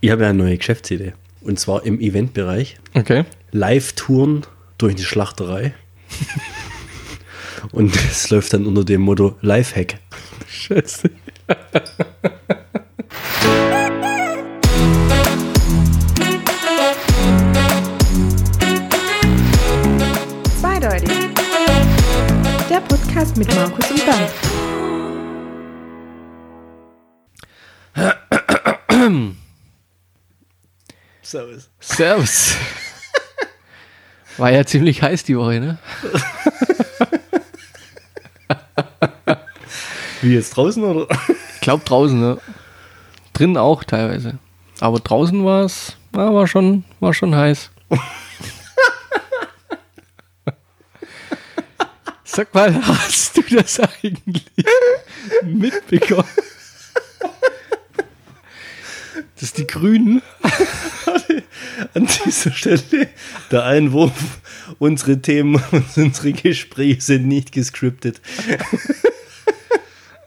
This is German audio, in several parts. Ich habe ja eine neue Geschäftsidee. Und zwar im Eventbereich. Okay. Live-Touren durch eine Schlachterei. Und es läuft dann unter dem Motto Lifehack. Scheiße. Zweideutig. Der Podcast mit Markus und Bernd. Servus. Servus. War ja ziemlich heiß die Woche, ne? Wie jetzt draußen oder? Ich glaube draußen, ne? Drinnen auch teilweise. Aber draußen war es, ja, war schon, war schon heiß. Sag mal, hast du das eigentlich mitbekommen? Dass die Grünen An dieser Stelle der Einwurf. Unsere Themen und unsere Gespräche sind nicht gescriptet.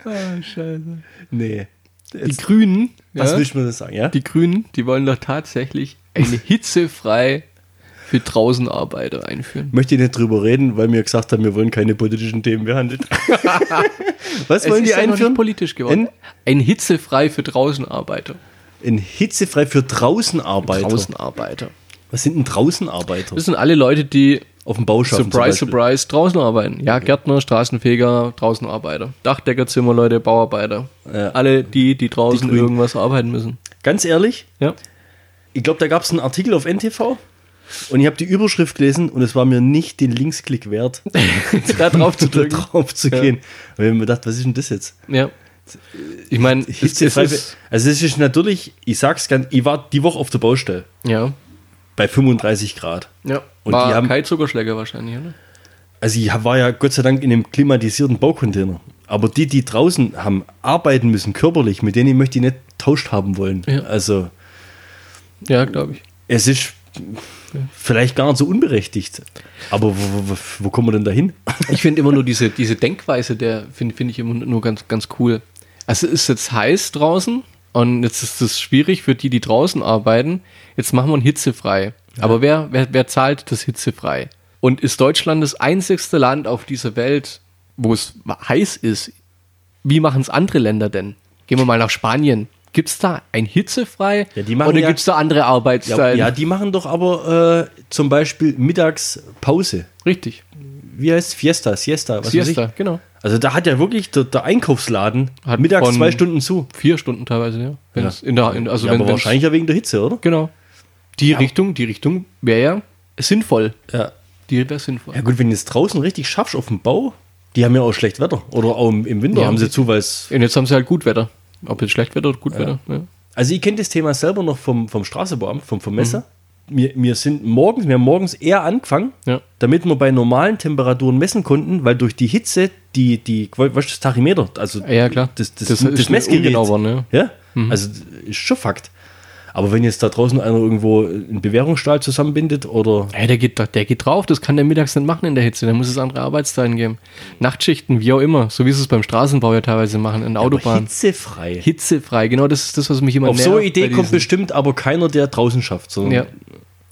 Ah, scheiße. Nee. Die Jetzt, Grünen, was ja, willst du mir das sagen, ja? die Grünen, die wollen doch tatsächlich eine hitzefrei für draußen Arbeiter einführen. Möchte ich nicht drüber reden, weil wir gesagt haben, wir wollen keine politischen Themen behandelt. was wollen die ja noch einführen? nicht politisch geworden. Ein hitzefrei für draußen Arbeiter. In hitzefrei für draußen Arbeiter. Draußen Arbeiter. Was sind denn draußen Arbeiter? Das sind alle Leute, die Auf dem Bau schaffen. zum surprise, Beispiel. surprise, draußen arbeiten. Ja, Gärtner, Straßenfeger, draußen Arbeiter. Dachdecker, Zimmerleute, Bauarbeiter. Ja. Alle die, die draußen Grünen. irgendwas arbeiten müssen. Ganz ehrlich, Ja. ich glaube, da gab es einen Artikel auf NTV und ich habe die Überschrift gelesen und es war mir nicht den Linksklick wert, da drauf zu da drücken. drauf zu gehen. Weil ich mir gedacht, was ist denn das jetzt? Ja. Ich meine, es, es Hitzefrei. ist, also es ist natürlich, ich sag's ganz, ich war die Woche auf der Baustelle ja, bei 35 Grad. ja. Und War die haben- kein Zuckerschläger wahrscheinlich, oder? Also ich war ja Gott sei Dank in einem klimatisierten Baucontainer. Aber die, die draußen haben arbeiten müssen, körperlich, mit denen möchte ich nicht tauscht haben wollen. Ja. Also Ja, glaube ich. es ist vielleicht gar nicht so unberechtigt. Aber wo, wo, wo kommen wir denn da hin? Ich finde immer nur diese, diese Denkweise, der finde find ich immer nur ganz, ganz cool. Also es ist jetzt heiß draußen und jetzt ist es schwierig für die, die draußen arbeiten. Jetzt machen wir ein hitzefrei. Aber wer, wer, wer zahlt das hitzefrei? Und ist Deutschland das einzigste Land auf dieser Welt, wo es heiß ist? Wie machen es andere Länder denn? Gehen wir mal nach Spanien. Gibt es da ein hitzefrei? Ja, die machen Oder ja- gibt es da andere Ja, Arbeitszeiten? ja, die machen doch aber äh, zum Beispiel Mittagspause. richtig. Wie heißt Fiesta, Siesta, was Siesta, weiß ich. genau. Also da hat ja wirklich der, der Einkaufsladen Hat mittags von- zwei Stunden zu. Vier Stunden teilweise, ja. Wenn's Ja. In der, in, also ja, wenn, aber wenn's- wahrscheinlich ja wegen der Hitze, oder? Genau. Die Richtung, die Richtung wäre ja sinnvoll. Ja. Die wäre sinnvoll. Ja gut, wenn du es draußen richtig schaffst auf dem Bau, die haben ja auch schlecht Wetter. Oder auch im, im Winter Ja, haben sie richtig. zu, weil es... Und jetzt haben sie halt gut Wetter. Ob jetzt schlecht Wetter oder gut Wetter. Ja. Also ich kenne das Thema selber noch vom, vom Straßenbauamt, vom, vom Messer. Wir, wir sind morgens, wir haben morgens eher angefangen, Mhm. Ja. damit wir bei normalen Temperaturen messen konnten, weil durch die Hitze die, die weißt du, das Tachymeter, also Ja, klar. das, das, Das das, ist Messgerät. ungenau Mhm. geworden, ja. also das ist schon Fakt. Aber wenn jetzt da draußen einer irgendwo einen Bewährungsstahl zusammenbindet oder Ey, der, geht, der geht drauf, das kann der mittags nicht machen in der Hitze. Da muss es andere Arbeitszeiten geben. Nachtschichten, wie auch immer. So wie sie es beim Straßenbau ja teilweise machen, in der Autobahn. hitzefrei. Hitzefrei, genau das ist das, was mich immer Auf so eine Idee bei kommt diesen- bestimmt aber keiner, der draußen schafft. sondern-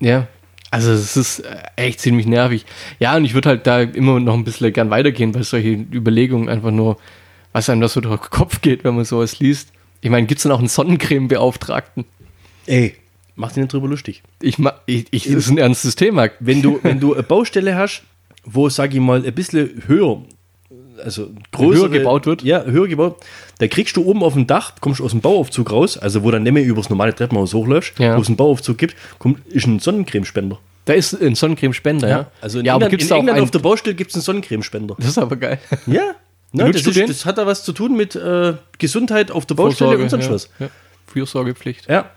Ja. Ja. Also es ist äh, echt ziemlich nervig. Ja, und ich würde halt da immer noch ein bisschen gern weitergehen bei solchen Überlegungen, einfach nur, was einem das so durch den Kopf geht, wenn man sowas liest. Ich meine, gibt es denn auch einen Sonnencreme-Beauftragten? Ey, mach dich nicht drüber lustig. Ich, ma- ich, ich, das ist ein ernstes Thema. Wenn du, wenn du eine Baustelle hast, wo, sag ich mal, ein bisschen höher, also größer Höher gebaut wird? Ja, höher gebaut. Da kriegst du oben auf dem Dach, kommst aus dem Bauaufzug raus, also wo dann nicht mehr übers normale Treppenhaus hochläufst, Ja. wo es einen Bauaufzug gibt, kommt, ist ein Sonnencremespender. Da ist ein Sonnencremespender, ja. ja. Also in ja, aber England, gibt's in da auch England einen, auf der Baustelle gibt es einen Sonnencremespender. Das ist aber geil. Ja. Ne, Benutzt das, du den? ist, das hat da was zu tun mit äh, Gesundheit auf der Baustelle und sonst ja, was. ja. Fürsorgepflicht. Ja.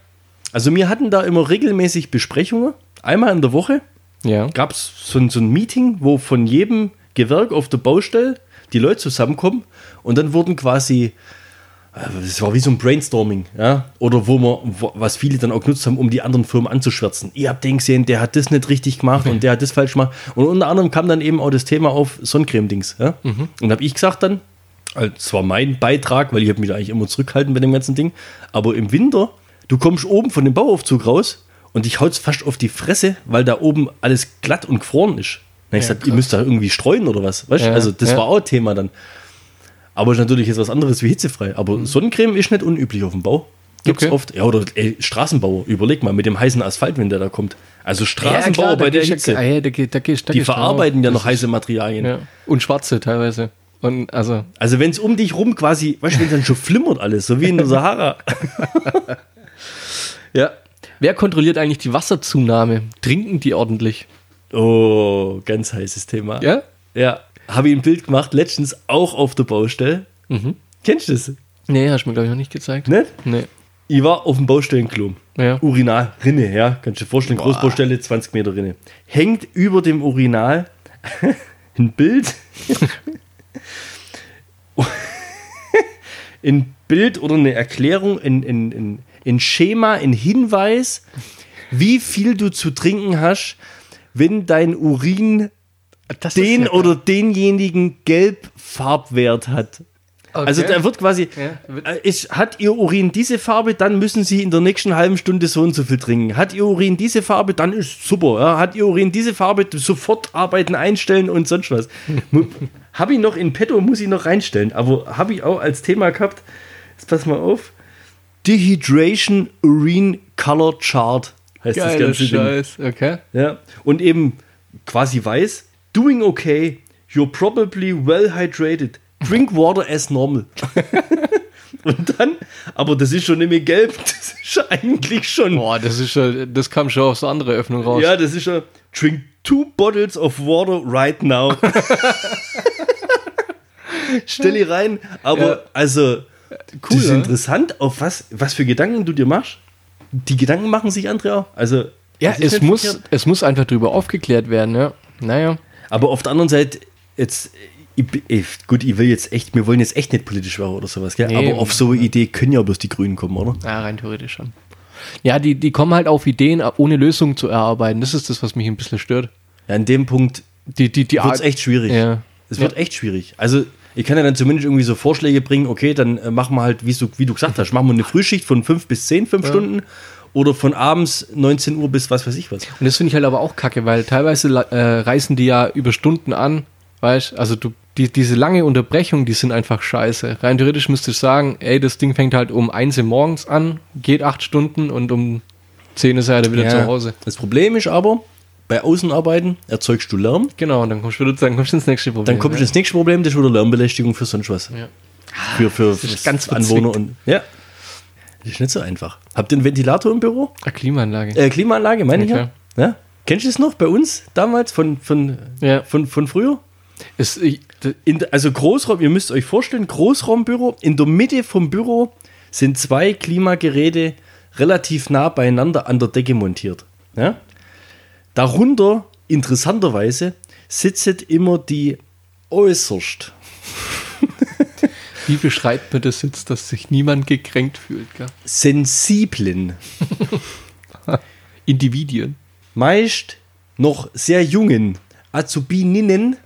Also wir hatten da immer regelmäßig Besprechungen, einmal in der Woche. Ja. gab es so, ein- so ein Meeting, wo von jedem Gewerk auf der Baustelle die Leute zusammenkommen und dann wurden quasi, es war wie so ein Brainstorming, ja, oder wo man, wo, was viele dann auch genutzt haben, um die anderen Firmen anzuschwärzen. Ihr habt den gesehen, der hat das nicht richtig gemacht und der hat das falsch gemacht. Und unter anderem kam dann eben auch das Thema auf Sonnencreme-Dings. Ja? Mhm. Und habe ich gesagt dann, also es war mein Beitrag, weil ich habe mich da eigentlich immer zurückhalten bei dem ganzen Ding, aber im Winter, Du kommst oben von dem Bauaufzug raus und ich haut's fast auf die Fresse, weil da oben alles glatt und gefroren ist. Na, ich Ja, sag, ihr krass. müsst da irgendwie streuen oder was. Weißt? du? Ja, also das ja. war auch Thema dann. Aber ist natürlich jetzt was anderes wie hitzefrei. Aber Sonnencreme ist nicht unüblich auf dem Bau. Gibt's Mhm. Okay. oft. Ja, oder ey, Straßenbauer, überleg mal, mit dem heißen Asphalt, wenn der da kommt. Also Straßenbauer klar, da bei der gehst du- Hitze. ah, ja, da geht, da gehst, da Die gehst du verarbeiten drauf. ja noch heiße Materialien. Ja. Und schwarze teilweise. Und also, Also wenn es um dich rum quasi, weißt du, wenn dann schon flimmert alles, so wie in der Sahara. ja. Wer kontrolliert eigentlich die Wasserzunahme? Trinken die ordentlich? Oh, ganz heißes Thema. Ja? Ja. Habe ich ein Bild gemacht, letztens auch auf der Baustelle. Mhm. Kennst du das? Nee, hast du mir, glaube ich, noch nicht gezeigt. Nicht? Nee. Ich war auf dem Baustellenklo. Ja. Urinal, Rinne, ja. Kannst du dir vorstellen, Großbaustelle, 20 Meter Rinne. Hängt über dem Urinal ein Bild. ein Bild oder eine Erklärung, ein, ein, ein, ein Schema, ein Hinweis, wie viel du zu trinken hast, wenn dein Urin Das ist den ja- oder denjenigen Gelbfarbwert hat. Okay. Also da wird quasi, Ja, wird- äh, ist, hat Ihr Urin diese Farbe, dann müssen Sie in der nächsten halben Stunde so und so viel trinken. Hat Ihr Urin diese Farbe, dann ist super. Ja. Hat Ihr Urin diese Farbe, sofort arbeiten, einstellen und sonst was. habe ich noch in petto, muss ich noch reinstellen. Aber habe ich auch als Thema gehabt, jetzt pass mal auf, Dehydration Urine Color Chart heißt das Geiler ganze Ding. Scheiß. Okay. Ja. Und eben quasi weiß, doing okay, you're probably well hydrated, drink water as normal. Und dann, aber das ist schon nicht mehr gelb, das ist eigentlich schon. Boah, das ist schon, das kam schon aus einer anderen Öffnung raus. Ja, das ist schon. Drink two bottles of water right now. Stell die rein, aber Ja. also, das ist ja? interessant, auf was, was für Gedanken du dir machst. Die Gedanken machen sich andere auch. Also, Ja, das ist es nicht muss, verkehrt. es muss einfach drüber aufgeklärt werden, ja. Naja. Aber auf der anderen Seite, jetzt, ich, bin- ich, gut, ich will jetzt echt, wir wollen jetzt echt nicht politisch werden oder sowas, gell? Nee. aber auf so eine Idee können ja bloß die Grünen kommen, oder? Ja, rein theoretisch schon. Ja, die, die kommen halt auf Ideen, ab- ohne Lösungen zu erarbeiten. Das ist das, was mich ein bisschen stört. Ja, an dem Punkt Die, die, die wird es echt schwierig. Ja. Es wird echt schwierig. Also, ich kann ja dann zumindest irgendwie so Vorschläge bringen, okay, dann äh, machen wir halt, wie, so, wie du gesagt hast, machen wir eine Frühschicht von 5 bis 10, 5 Stunden oder von abends 19 Uhr bis was weiß ich was. Und das finde ich halt aber auch kacke, weil teilweise la- äh, reißen die ja über Stunden an, weißt also du, die, diese lange Unterbrechung, die sind einfach scheiße. Rein theoretisch müsste ich sagen, ey, das Ding fängt halt um 1 Uhr morgens an, geht acht Stunden und um 10 ist er halt wieder zu Hause. Das Problem ist aber, bei Außenarbeiten erzeugst du Lärm, Genau, und dann kommst du wieder dann kommst du ins nächste Problem. ne? dann kommt ja. das nächste Problem, das ist wieder Lärmbelästigung für sonst was. Ja. für, für Das ist ganz Anwohner und ja. Das ist nicht so einfach. Habt ihr einen Ventilator im Büro? Ah, Klimaanlage. Äh, Klimaanlage, meine ich Ja, ja. ja. Kennst du das noch bei uns damals von, von, Ja. von, von früher? Ist, ich, d- In, der- also Großraum, ihr müsst euch vorstellen, Großraumbüro, in der Mitte vom Büro sind zwei Klimageräte relativ nah beieinander an der Decke montiert. Ja? Darunter, interessanterweise, sitzen immer die äußerst wie beschreibt man das jetzt, dass sich niemand gekränkt fühlt? Gell? sensiblen Individuen. meist noch sehr jungen Azubininnen,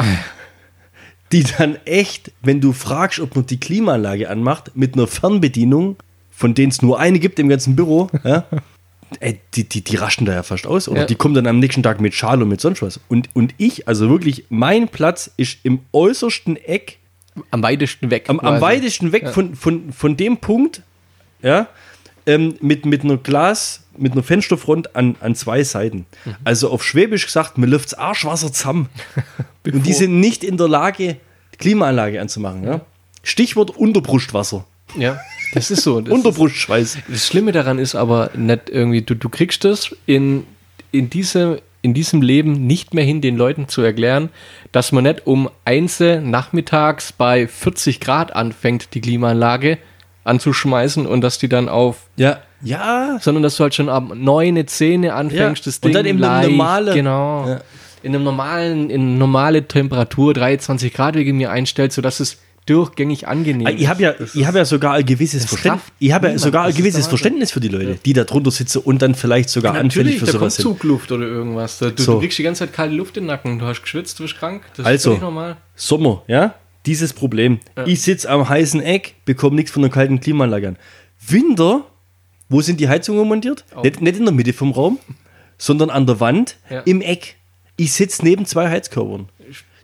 die dann echt, wenn du fragst, ob man die Klimaanlage anmacht, mit einer Fernbedienung, von denen es nur eine gibt im ganzen Büro, ja, ey, die, die, die raschen da ja fast aus. Oder Ja. die kommen dann am nächsten Tag mit Schal und mit sonst was. Und, und ich, also wirklich, mein Platz ist im äußersten Eck Am weitesten weg. am, am quasi. weitesten weg Ja. von, von, von dem Punkt, ja, ähm, mit, mit einer Glas, mit einer Fensterfront an, an zwei Seiten. Mhm. Also auf Schwäbisch gesagt, mir läuft's Arschwasser zusammen. Bevor- Und die sind nicht in der Lage, die Klimaanlage anzumachen. Ja? Stichwort Unterbrustwasser, Ja, das ist so. Das ist- Unterbrustschweiß. Das Schlimme daran ist aber nicht irgendwie, du, du kriegst das in, in, diese, in diesem Leben nicht mehr hin, den Leuten zu erklären, dass man nicht um 1 Uhr nachmittags bei 40 Grad anfängt, die Klimaanlage anzuschmeißen und dass die dann auf, Ja, ja, sondern dass du halt schon ab 9, 10 Uhr anfängst, Ja, das und Ding dann eben eine normale- genau, Ja. in einem normalen, in eine normale Temperatur 23 Grad wegen mir einstellst, sodass es durchgängig angenehm Ah, Ich habe ja, ich hab ja sogar ein gewisses, Das Verständ rafft ich hab ja niemand. sogar Das ein ist der gewisses Wahnsinn. Verständnis für die Leute, die da drunter sitzen und dann vielleicht sogar anfällig Natürlich, für da kommt sowas sind. Zugluft oder irgendwas. Da- Du, So. du kriegst die ganze Zeit kalte Luft in den Nacken. Du hast geschwitzt, du bist krank. Das Also. völlig normal. Sommer, ja? Dieses Problem. Ich sitze am heißen Eck, bekomme nichts von der kalten Klimaanlage an. Winter, Wo sind die Heizungen montiert? Auch. Nicht, nicht in der Mitte vom Raum, sondern an der Wand Ja. im Eck. Ich sitze neben zwei Heizkörpern.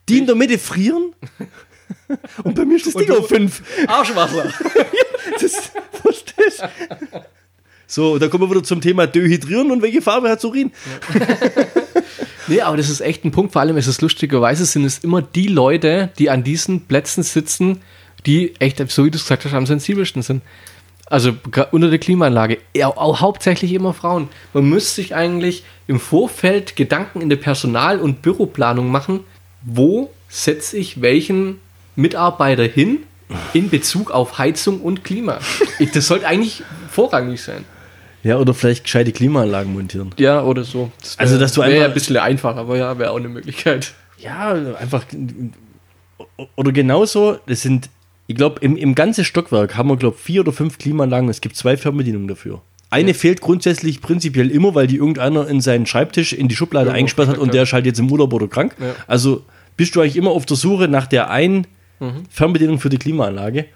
Die in der Mitte frieren und bei mir ist das Ding du- auf 5. Arschwasser. Das verstehst du? So, da kommen wir wieder zum Thema Dehydrieren und welche Farbe hat Urin? Nee, aber das ist echt ein Punkt. Vor allem ist es lustigerweise, sind es immer die Leute, die an diesen Plätzen sitzen, die echt, so wie du es gesagt hast, am sensibelsten sind. Also gra- unter der Klimaanlage. Ja, au- hauptsächlich immer Frauen. Man müsste sich eigentlich im Vorfeld Gedanken in der Personal- und Büroplanung machen, wo setze ich welchen Mitarbeiter hin in Bezug auf Heizung und Klima. Ich- Das sollte eigentlich vorrangig sein. Ja, oder vielleicht gescheite Klimaanlagen montieren. Ja, oder so. Also, dass du einfach. einfach- Wäre ein bisschen einfach, aber ja, wäre auch eine Möglichkeit. Ja, einfach. Oder genauso, das sind, ich glaube, im, im ganzen Stockwerk haben wir, glaube ich, vier oder fünf Klimaanlagen. Es gibt zwei Fernbedienungen dafür. Eine fehlt grundsätzlich prinzipiell immer, weil die irgendeiner in seinen Schreibtisch in die Schublade Irgendwo eingesperrt hat versteckt und der ist halt jetzt im Urlaub oder krank. Ja. Also bist du eigentlich immer auf der Suche nach der einen Fernbedienung für die Klimaanlage.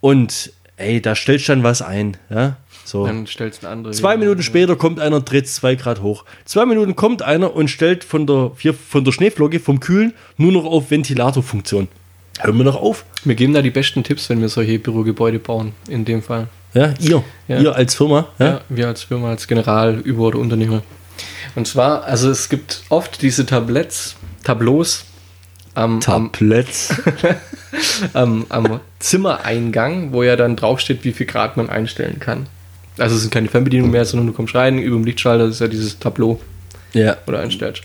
Und ey, da stellst du dann was ein. Ja? So. Dann stellst du eine andere. Zwei Minuten später kommt einer, dreht zwei Grad hoch. Zwei Minuten kommt einer und stellt von der, hier, von der Schneeflocke, vom Kühlen, nur noch auf Ventilatorfunktion. Hören wir noch auf. Wir geben da die besten Tipps, wenn wir solche Bürogebäude bauen, in dem Fall. Ja, ihr, Ja. ihr als Firma. Ja? Ja. wir als Firma, als General, Über- oder Unternehmer. Und zwar, also es gibt oft diese Tabletts, Tableaus am, am, Tabletts. am, am Zimmereingang, wo ja dann draufsteht, wie viel Grad man einstellen kann. Also es sind keine Fernbedienung mehr, sondern du kommst rein, über dem Lichtschalter ist ja dieses Tableau, ja. wo du einstellst.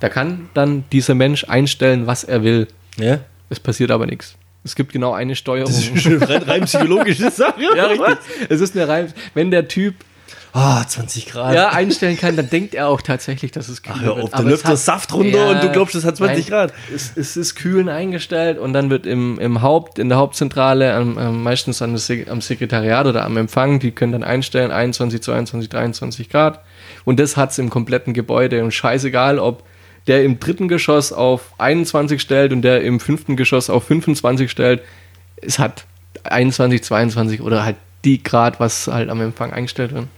Da kann dann dieser Mensch einstellen, was er will. ja. Es passiert aber nichts. Es gibt genau eine Steuerung. Das ist schon rein, rein psychologische Sache. Ja, richtig. Es ist eine Reim. Wenn der Typ Ah, 20 Grad. ja, einstellen kann, dann denkt er auch tatsächlich, dass es kühl Ach, hör auf, wird. dann Aber läuft es hat- der Saft runter und du glaubst, es hat 20 Grad. Es, es ist kühlen eingestellt und dann wird im, im Haupt, in der Hauptzentrale, am, am, meistens an das Sek- am Sekretariat oder am Empfang, die können dann einstellen 21, 22, 23 Grad. Und das hat es im kompletten Gebäude. Und scheißegal, ob der im dritten Geschoss auf 21 stellt und der im fünften Geschoss auf 25 stellt, es hat 21, 22 oder halt die Grad, was halt am Empfang eingestellt wird.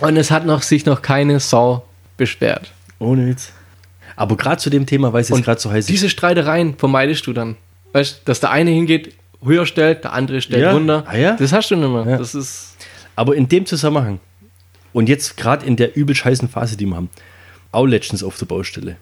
Und es hat noch, sich noch keine Sau beschwert. Ohne Witz. Aber gerade zu dem Thema, weil es jetzt Und gerade so heiß ist. Diese Streitereien vermeidest du dann. Weißt dass der eine hingeht, höher stellt, der andere stellt Ja. runter. Ah, ja? Das hast du nicht mehr. Ja. Das ist. Aber in dem Zusammenhang und jetzt gerade in der übel scheißen Phase, die wir haben, auch letztens auf der Baustelle.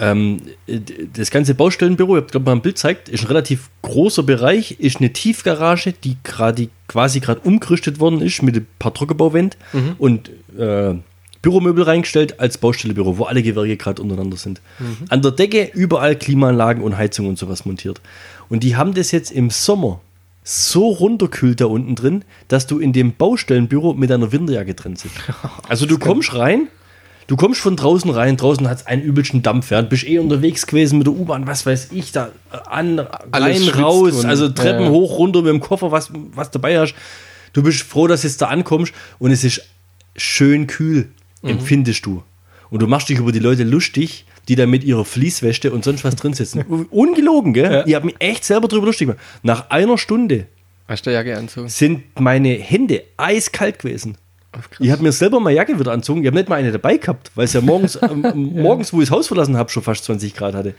Ähm, d- das ganze Baustellenbüro, ich glaube, mal ein Bild zeigt, ist ein relativ großer Bereich, ist eine Tiefgarage, die gerade quasi gerade umgerüstet worden ist mit ein paar Trockenbauwänden und äh, Büromöbel reingestellt als Baustellebüro, wo alle Gewerke gerade untereinander sind. An der Decke überall Klimaanlagen und Heizung und sowas montiert. Und die haben das jetzt im Sommer so runterkühlt da unten drin, dass du in dem Baustellenbüro mit einer Winterjacke drin sitzt. Also du kommst rein, du kommst von draußen rein, draußen hat es einen übelsten Dampf, ja, und bist eh unterwegs gewesen mit der U-Bahn, was weiß ich, da äh, an, rein, schwitzt raus, und- also Treppen ja. hoch, runter mit dem Koffer, was, was dabei hast. Du bist froh, dass jetzt da ankommst und es ist schön kühl, Mhm. empfindest du. Und du machst dich über die Leute lustig, die da mit ihrer Fließwäsche und sonst was drin sitzen. Ungelogen, gell? Ja. Ich habe mich echt selber drüber lustig gemacht. Nach einer Stunde Hast du Jacke anzogen? sind meine Hände eiskalt gewesen. Ach, krass. Ich habe mir selber mal Jacke wieder anzogen. Ich habe nicht mal eine dabei gehabt, weil es ja morgens, ähm, morgens, wo ich das Haus verlassen habe, schon fast 20 Grad hatte.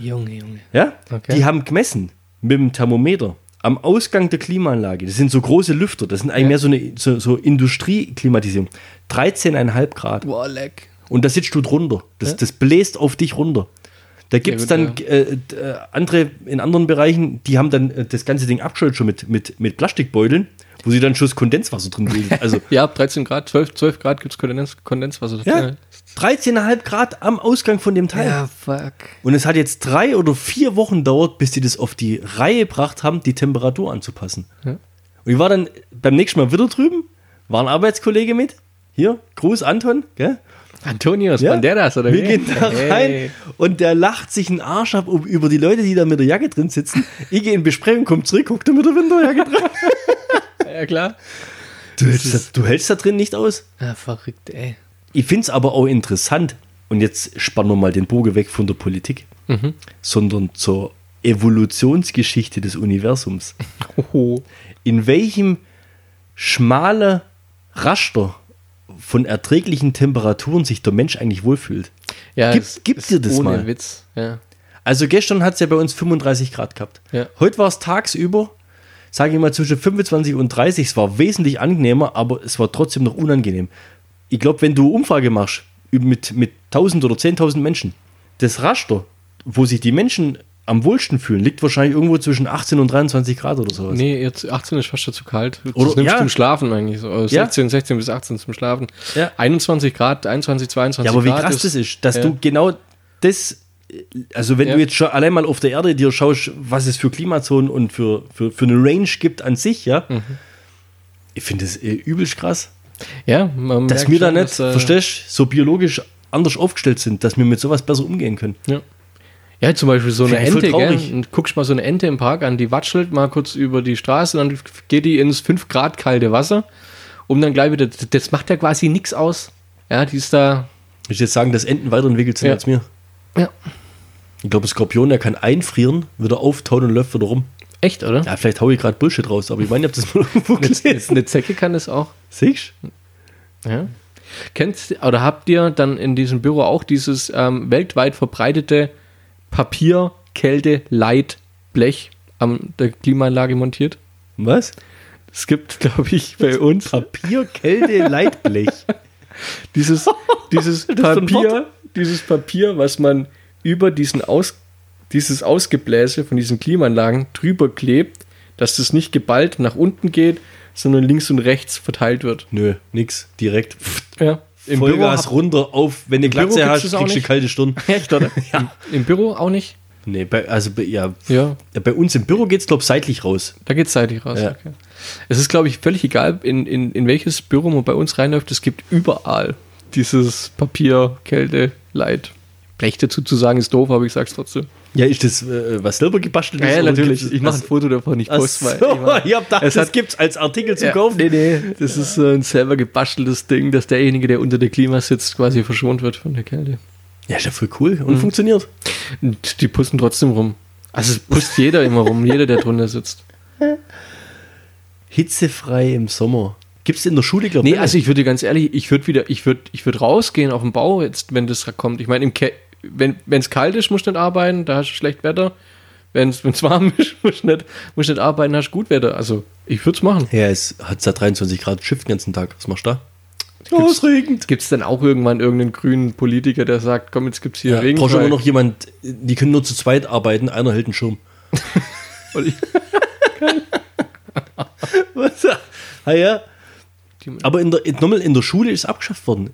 Junge, Junge. Ja? Okay. Die haben gemessen mit dem Thermometer am Ausgang der Klimaanlage. Das sind so große Lüfter. Das sind eigentlich mehr so eine so, so Industrieklimatisierung. 13,5 Grad. Boah, leck. Und da sitzt du drunter. Das, das bläst auf dich runter. Da gibt es gut, dann äh, d- äh, andere in anderen Bereichen, die haben dann äh, das ganze Ding abgeschüttet schon mit, mit, mit Plastikbeuteln, wo sie dann Schuss Kondenswasser drin bilden. Also Ja, 13 Grad, 12, 12 Grad gibt es Kondens, Kondenswasser. Das- ja, 13,5 Grad am Ausgang von dem Teil. ja, fuck. Und es hat jetzt drei oder vier Wochen gedauert, bis die das auf die Reihe gebracht haben, die Temperatur anzupassen. Ja. Und ich war dann beim nächsten Mal wieder drüben, war ein Arbeitskollege mit. Hier, Gruß Anton, gell? Antonius, Banderas, oder Wir wie? gehen da Hey. rein und der lacht sich einen Arsch ab um- über die Leute, die da mit der Jacke drin sitzen. Ich gehe in Besprechung, komm zurück, guck da mit der Winterjacke drin. Ja, klar. Du hältst, da, du hältst da drin nicht aus. Ja, Ah, verrückt, ey. Ich finde es aber auch interessant, und jetzt spannen wir mal den Bogen weg von der Politik, Mhm. sondern zur Evolutionsgeschichte des Universums. Hoho. In welchem schmale Raster von erträglichen Temperaturen sich der Mensch eigentlich wohlfühlt. Ja, Gib- es gib ist dir das ohne mal. Witz. Ja. Also gestern hat es ja bei uns 35 Grad gehabt. Ja. Heute war es tagsüber, sage ich mal, zwischen 25 und 30. Es war wesentlich angenehmer, aber es war trotzdem noch unangenehm. Ich glaube, wenn du Umfrage machst mit, mit 1000 oder 10.000 Menschen, das Raster, wo sich die Menschen am wohlsten fühlen, liegt wahrscheinlich irgendwo zwischen 18 und 23 Grad oder sowas. Nee, jetzt 18 ist fast schon zu kalt. Das Oder- nimmst ja. du zum Schlafen eigentlich so. Also Ja. 16, 16 bis 18 zum Schlafen. Ja. 21 Grad, 21, 22 Ja, aber wie Grad. krass das ist, dass Also ja. du genau das, also wenn Ja. du jetzt schon allein mal auf der Erde dir schaust, was es für Klimazonen und für, für, für eine Range gibt an sich, ja, Mhm. ich finde das äh, übelst krass, Ja, man dass merkt wir da schon, nicht, dass, äh, verstehst so biologisch anders aufgestellt sind, dass wir mit sowas besser umgehen können. Ja. Ja, zum Beispiel so eine Finde ich voll Ente, gell? traurig. Und guckst mal so eine Ente im Park an, die watschelt mal kurz über die Straße, dann geht die ins 5 Grad kalte Wasser, um dann gleich wieder. Das macht ja quasi nichts aus. Ja, die ist da. Ich würde jetzt sagen, dass Enten weiterentwickelt sind Ja. als wir. Ja. Ich glaube, ein Skorpion, der kann einfrieren, wieder auftauen und läuft wieder rum. Echt, oder? Ja, vielleicht haue ich gerade Bullshit raus, aber ich meine, ihr habt das mal irgendwo Eine, gelesen. eine Zecke kann das auch. Siehst du? Ja. Kennst oder habt ihr dann in diesem Büro auch dieses ähm, weltweit verbreitete Papier, Kälte, Leid, Blech an der Klimaanlage montiert? Was? Es gibt, glaube ich, bei uns Papier, Kälte, Leitblech. dieses, dieses für ein Papier, dieses Papier, was man über diesen Aus, dieses Ausgebläse von diesen Klimaanlagen drüber klebt, dass das nicht geballt nach unten geht, sondern links und rechts verteilt wird. Nö, nix. Direkt. Ja. Im Vollgas Büro runter auf. Wenn du Büro Glatze gibt's hast, das auch kriegst du nicht? kalte Stirn. Echt, oder? Im Büro auch nicht? Nee, bei, also bei, ja, Ja. bei uns im Büro geht's, glaube ich, seitlich raus. Da geht's seitlich raus. Ja. Okay. Es ist, glaube ich, völlig egal, in, in, in welches Büro man bei uns reinläuft. Es gibt überall dieses Papier, Kälte, Leid. Blech dazu zu sagen ist doof, aber ich sag's trotzdem. Ja, ist das äh, was selber gebastelt ist? oder gibt's- Ich mache ein Ach- Foto davon, ich Ach poste mal. so, Ich mach- ich hab gedacht, Es das hat- gibt's als Artikel zu ja, kaufen. Nee, nee, das ist so ein selber gebasteltes Ding, dass derjenige, der unter der Klima sitzt, quasi verschont wird von der Kälte. Ja, ist ja voll cool Mhm. und funktioniert. Und die pusten trotzdem rum. Also es pusst jeder immer rum, jeder, der drunter sitzt. Hitzefrei im Sommer. Gibt's in der Schule, glaube Nee, also ich würde ganz ehrlich, ich würde wieder, ich würde, ich würde rausgehen auf den Bau jetzt, wenn das kommt. Ich meine, im Ke wenn es kalt ist, musst du nicht arbeiten, da hast du schlecht Wetter. Wenn es warm ist, musst du nicht, musst du nicht arbeiten, hast du gut Wetter. Also ich würde es machen. Ja, es hat seit 23 Grad, Schiff den ganzen Tag. Was machst du da? Ja, Gibt's- es regnet. Gibt es dann auch irgendwann irgendeinen grünen Politiker, der sagt, komm, jetzt gibt es hier Ja, Regen? Äh, brauchst du immer noch jemand, die können nur zu zweit arbeiten, einer hält einen Schirm. Was? Ah, ja. Aber in der, in- nochmal, in der Schule ist abgeschafft worden.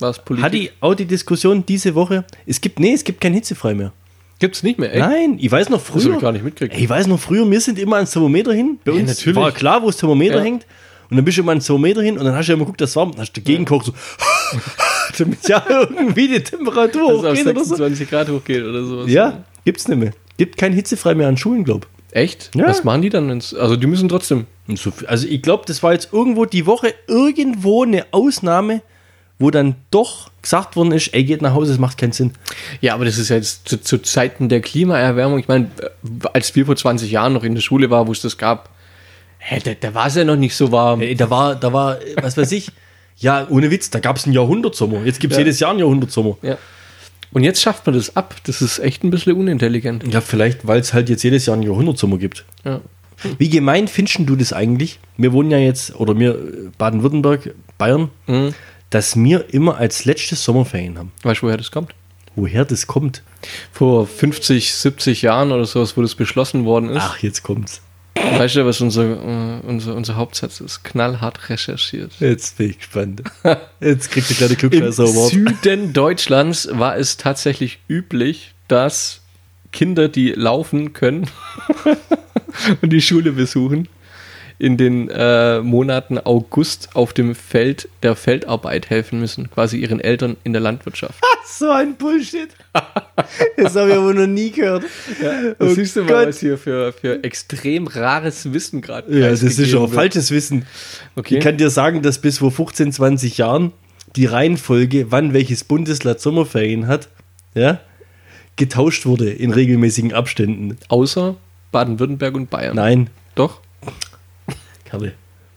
Was Hat Politik? die auch die Diskussion diese Woche? Es gibt, nee, es gibt kein Hitzefrei mehr. Gibt es nicht mehr, echt? Nein, ich weiß noch früher. hab ich gar nicht mitgekriegt. Ey, Ich weiß noch früher, wir sind immer ans Thermometer hin. Bei Ja, uns natürlich. war klar, wo das Thermometer Ja. hängt. Und dann bist du immer ans Thermometer hin und dann hast du ja immer geguckt, das warm. Dann hast du dagegen gekocht, so, damit ja irgendwie die Temperatur Dass es auf hochgeht oder so. 26 Grad hochgeht oder sowas. Ja, gibt's nicht mehr. Gibt kein Hitzefrei mehr an Schulen, glaube ich. Echt? Ja. Was machen die dann? wenn's- Also die müssen trotzdem. Und so viel- Also ich glaube, das war jetzt irgendwo die Woche irgendwo eine Ausnahme, wo dann doch gesagt worden ist, ey, geht nach Hause, es macht keinen Sinn. Ja, aber das ist ja jetzt zu, zu Zeiten der Klimaerwärmung. Ich meine, äh, als wir vor 20 Jahren noch in der Schule waren, wo es das gab, hä, da, da war es ja noch nicht so warm. Ey, da war, da war, äh, was weiß ich, ja, ohne Witz, da gab es einen Jahrhundertsommer. Jetzt gibt es Ja. jedes Jahr einen Jahrhundertsommer. Ja. Und jetzt schafft man das ab. Das ist echt ein bisschen unintelligent. Ja, vielleicht, weil es halt jetzt jedes Jahr einen Jahrhundertsommer gibt. Ja. Wie gemein findest du das eigentlich? Wir wohnen ja jetzt, oder wir, äh, Baden-Württemberg, Bayern, dass wir immer als letztes Sommerferien haben. Weißt du, woher das kommt? Woher das kommt? Vor 50, 70 Jahren oder sowas, wo das beschlossen worden ist. Ach, jetzt kommt's. Weißt du, was unser, äh, unser, unser Hauptsatz ist? Knallhart recherchiert. Jetzt bin ich gespannt. Jetzt kriegt der kleine Im Klugscheißer Award. Süden Deutschlands war es tatsächlich üblich, dass Kinder, die laufen können und die Schule besuchen, in den äh, Monaten August auf dem Feld der Feldarbeit helfen müssen, quasi ihren Eltern in der Landwirtschaft. So ein Bullshit. Das habe ich aber noch nie gehört. Das Oh siehst du mal, Gott. was hier für, für extrem rares Wissen gerade Ja, das ist preisgegeben auch wird. falsches Wissen. Okay. Ich kann dir sagen, dass bis vor 15, 20 Jahren die Reihenfolge, wann welches Bundesland Sommerferien hat, ja, getauscht wurde in regelmäßigen Abständen. Außer Baden-Württemberg und Bayern. Nein, Doch? Kerle.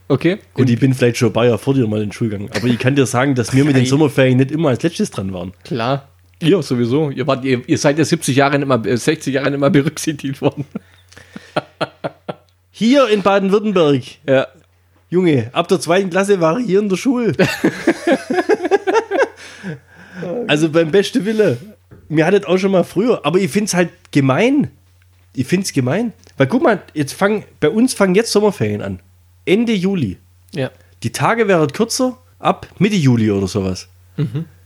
Okay. Und ich bin vielleicht schon Bayer vor dir mal in den Schulgang. Aber ich kann dir sagen, dass wir mit den Sommerferien nicht immer als letztes dran waren. Klar. Ihr sowieso. Ihr, wart, ihr, ihr seid ja 70 Jahre immer, 60 Jahre immer berücksichtigt worden. Hier in Baden-Württemberg, Ja. Junge, ab der zweiten Klasse war ich hier in der Schule. also beim besten Wille. Mir hattet auch schon mal früher. Aber ich finde es halt gemein. Ich finde es gemein. Weil guck mal, jetzt fang, bei uns fangen jetzt Sommerferien an. Ende Juli. Ja. Die Tage wären kürzer, ab Mitte Juli oder sowas.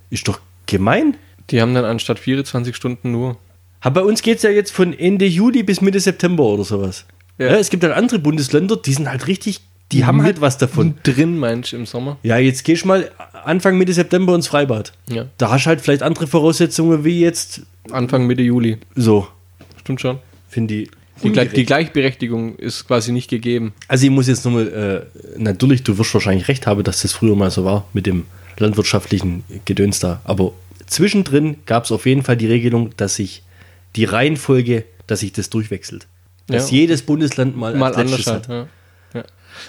Ist doch gemein. Die haben dann anstatt 24 Stunden nur. Aber bei uns geht es ja jetzt von Ende Juli bis Mitte September oder sowas. Ja. Ja. es gibt halt andere Bundesländer, die sind halt richtig, die haben halt was davon. drin, meinst du, im Sommer? Ja, jetzt gehst du mal Anfang Mitte September ins Freibad. Ja. Da hast du halt vielleicht andere Voraussetzungen wie jetzt. Anfang, Mitte Juli. So, Stimmt schon. finde ich. Die, Gle ungerecht. die Gleichberechtigung ist quasi nicht gegeben. Also ich muss jetzt nochmal, äh, natürlich, du wirst wahrscheinlich recht haben, dass das früher mal so war mit dem landwirtschaftlichen Gedöns da. Aber zwischendrin gab es auf jeden Fall die Regelung, dass sich die Reihenfolge, dass sich das durchwechselt. Dass Ja. jedes Bundesland mal, Mal als letztes anders halt. Ja.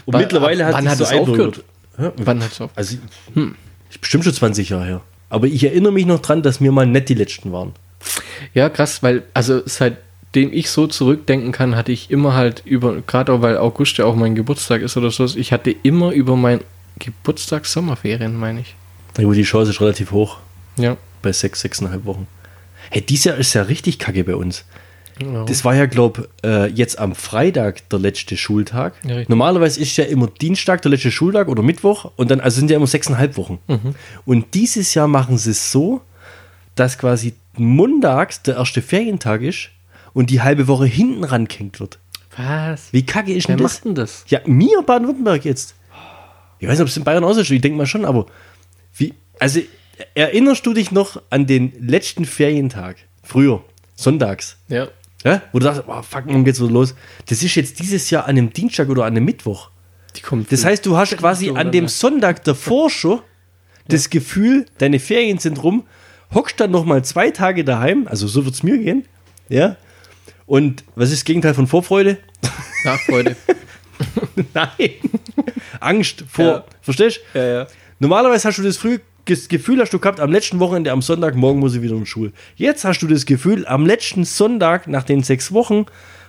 Und Wann- mittlerweile ab- hat sich wann hat so es aufgehört? einbürgert. Ja, Wann hat's Hm. auf? Also ist bestimmt schon 20 Jahre her. Aber ich erinnere mich noch dran, dass wir mal nicht die Letzten waren. Ja, krass, weil, also seitdem ich so zurückdenken kann, hatte ich immer halt über, gerade auch weil August ja auch mein Geburtstag ist oder so, ich hatte immer über mein Geburtstag Sommerferien, meine ich. Na gut, die Chance ist relativ hoch Ja. bei sechs, sechseinhalb Wochen. Hey, dieses Jahr ist ja richtig kacke bei uns. Genau. Das war ja, glaube äh, jetzt am Freitag der letzte Schultag. Ja, richtig. Normalerweise ist ja immer Dienstag der letzte Schultag oder Mittwoch und dann, also sind ja immer sechseinhalb Wochen. Mhm. Und dieses Jahr machen sie es so, dass quasi montags der erste Ferientag ist und die halbe Woche hinten rankängt wird. Was? Wie kacke ist Wer denn das? macht denn das? Ja, mir Baden-Württemberg jetzt. Ich weiß nicht, ob es in Bayern auch so ist, ich denke mal schon, aber wie, also erinnerst du dich noch an den letzten Ferientag früher, sonntags, Ja. ja? wo du dachtest, oh, fuck, morgen geht's wieder los. Das ist jetzt dieses Jahr an einem Dienstag oder an einem Mittwoch. Die kommt Das heißt, du hast quasi an dem Sonntag davor schon das Gefühl, deine Ferien sind rum, hockst dann nochmal zwei Tage daheim, also so wird's mir gehen, ja, und was ist das Gegenteil von Vorfreude? Nachfreude. Nein. Angst vor. Ja. Verstehst Ja, ja. Normalerweise hast du das früh, das Gefühl hast du gehabt, am letzten Wochenende, am Sonntag, morgen muss ich wieder in die Schule. Jetzt hast du das Gefühl, am letzten Sonntag, nach den sechs Wochen,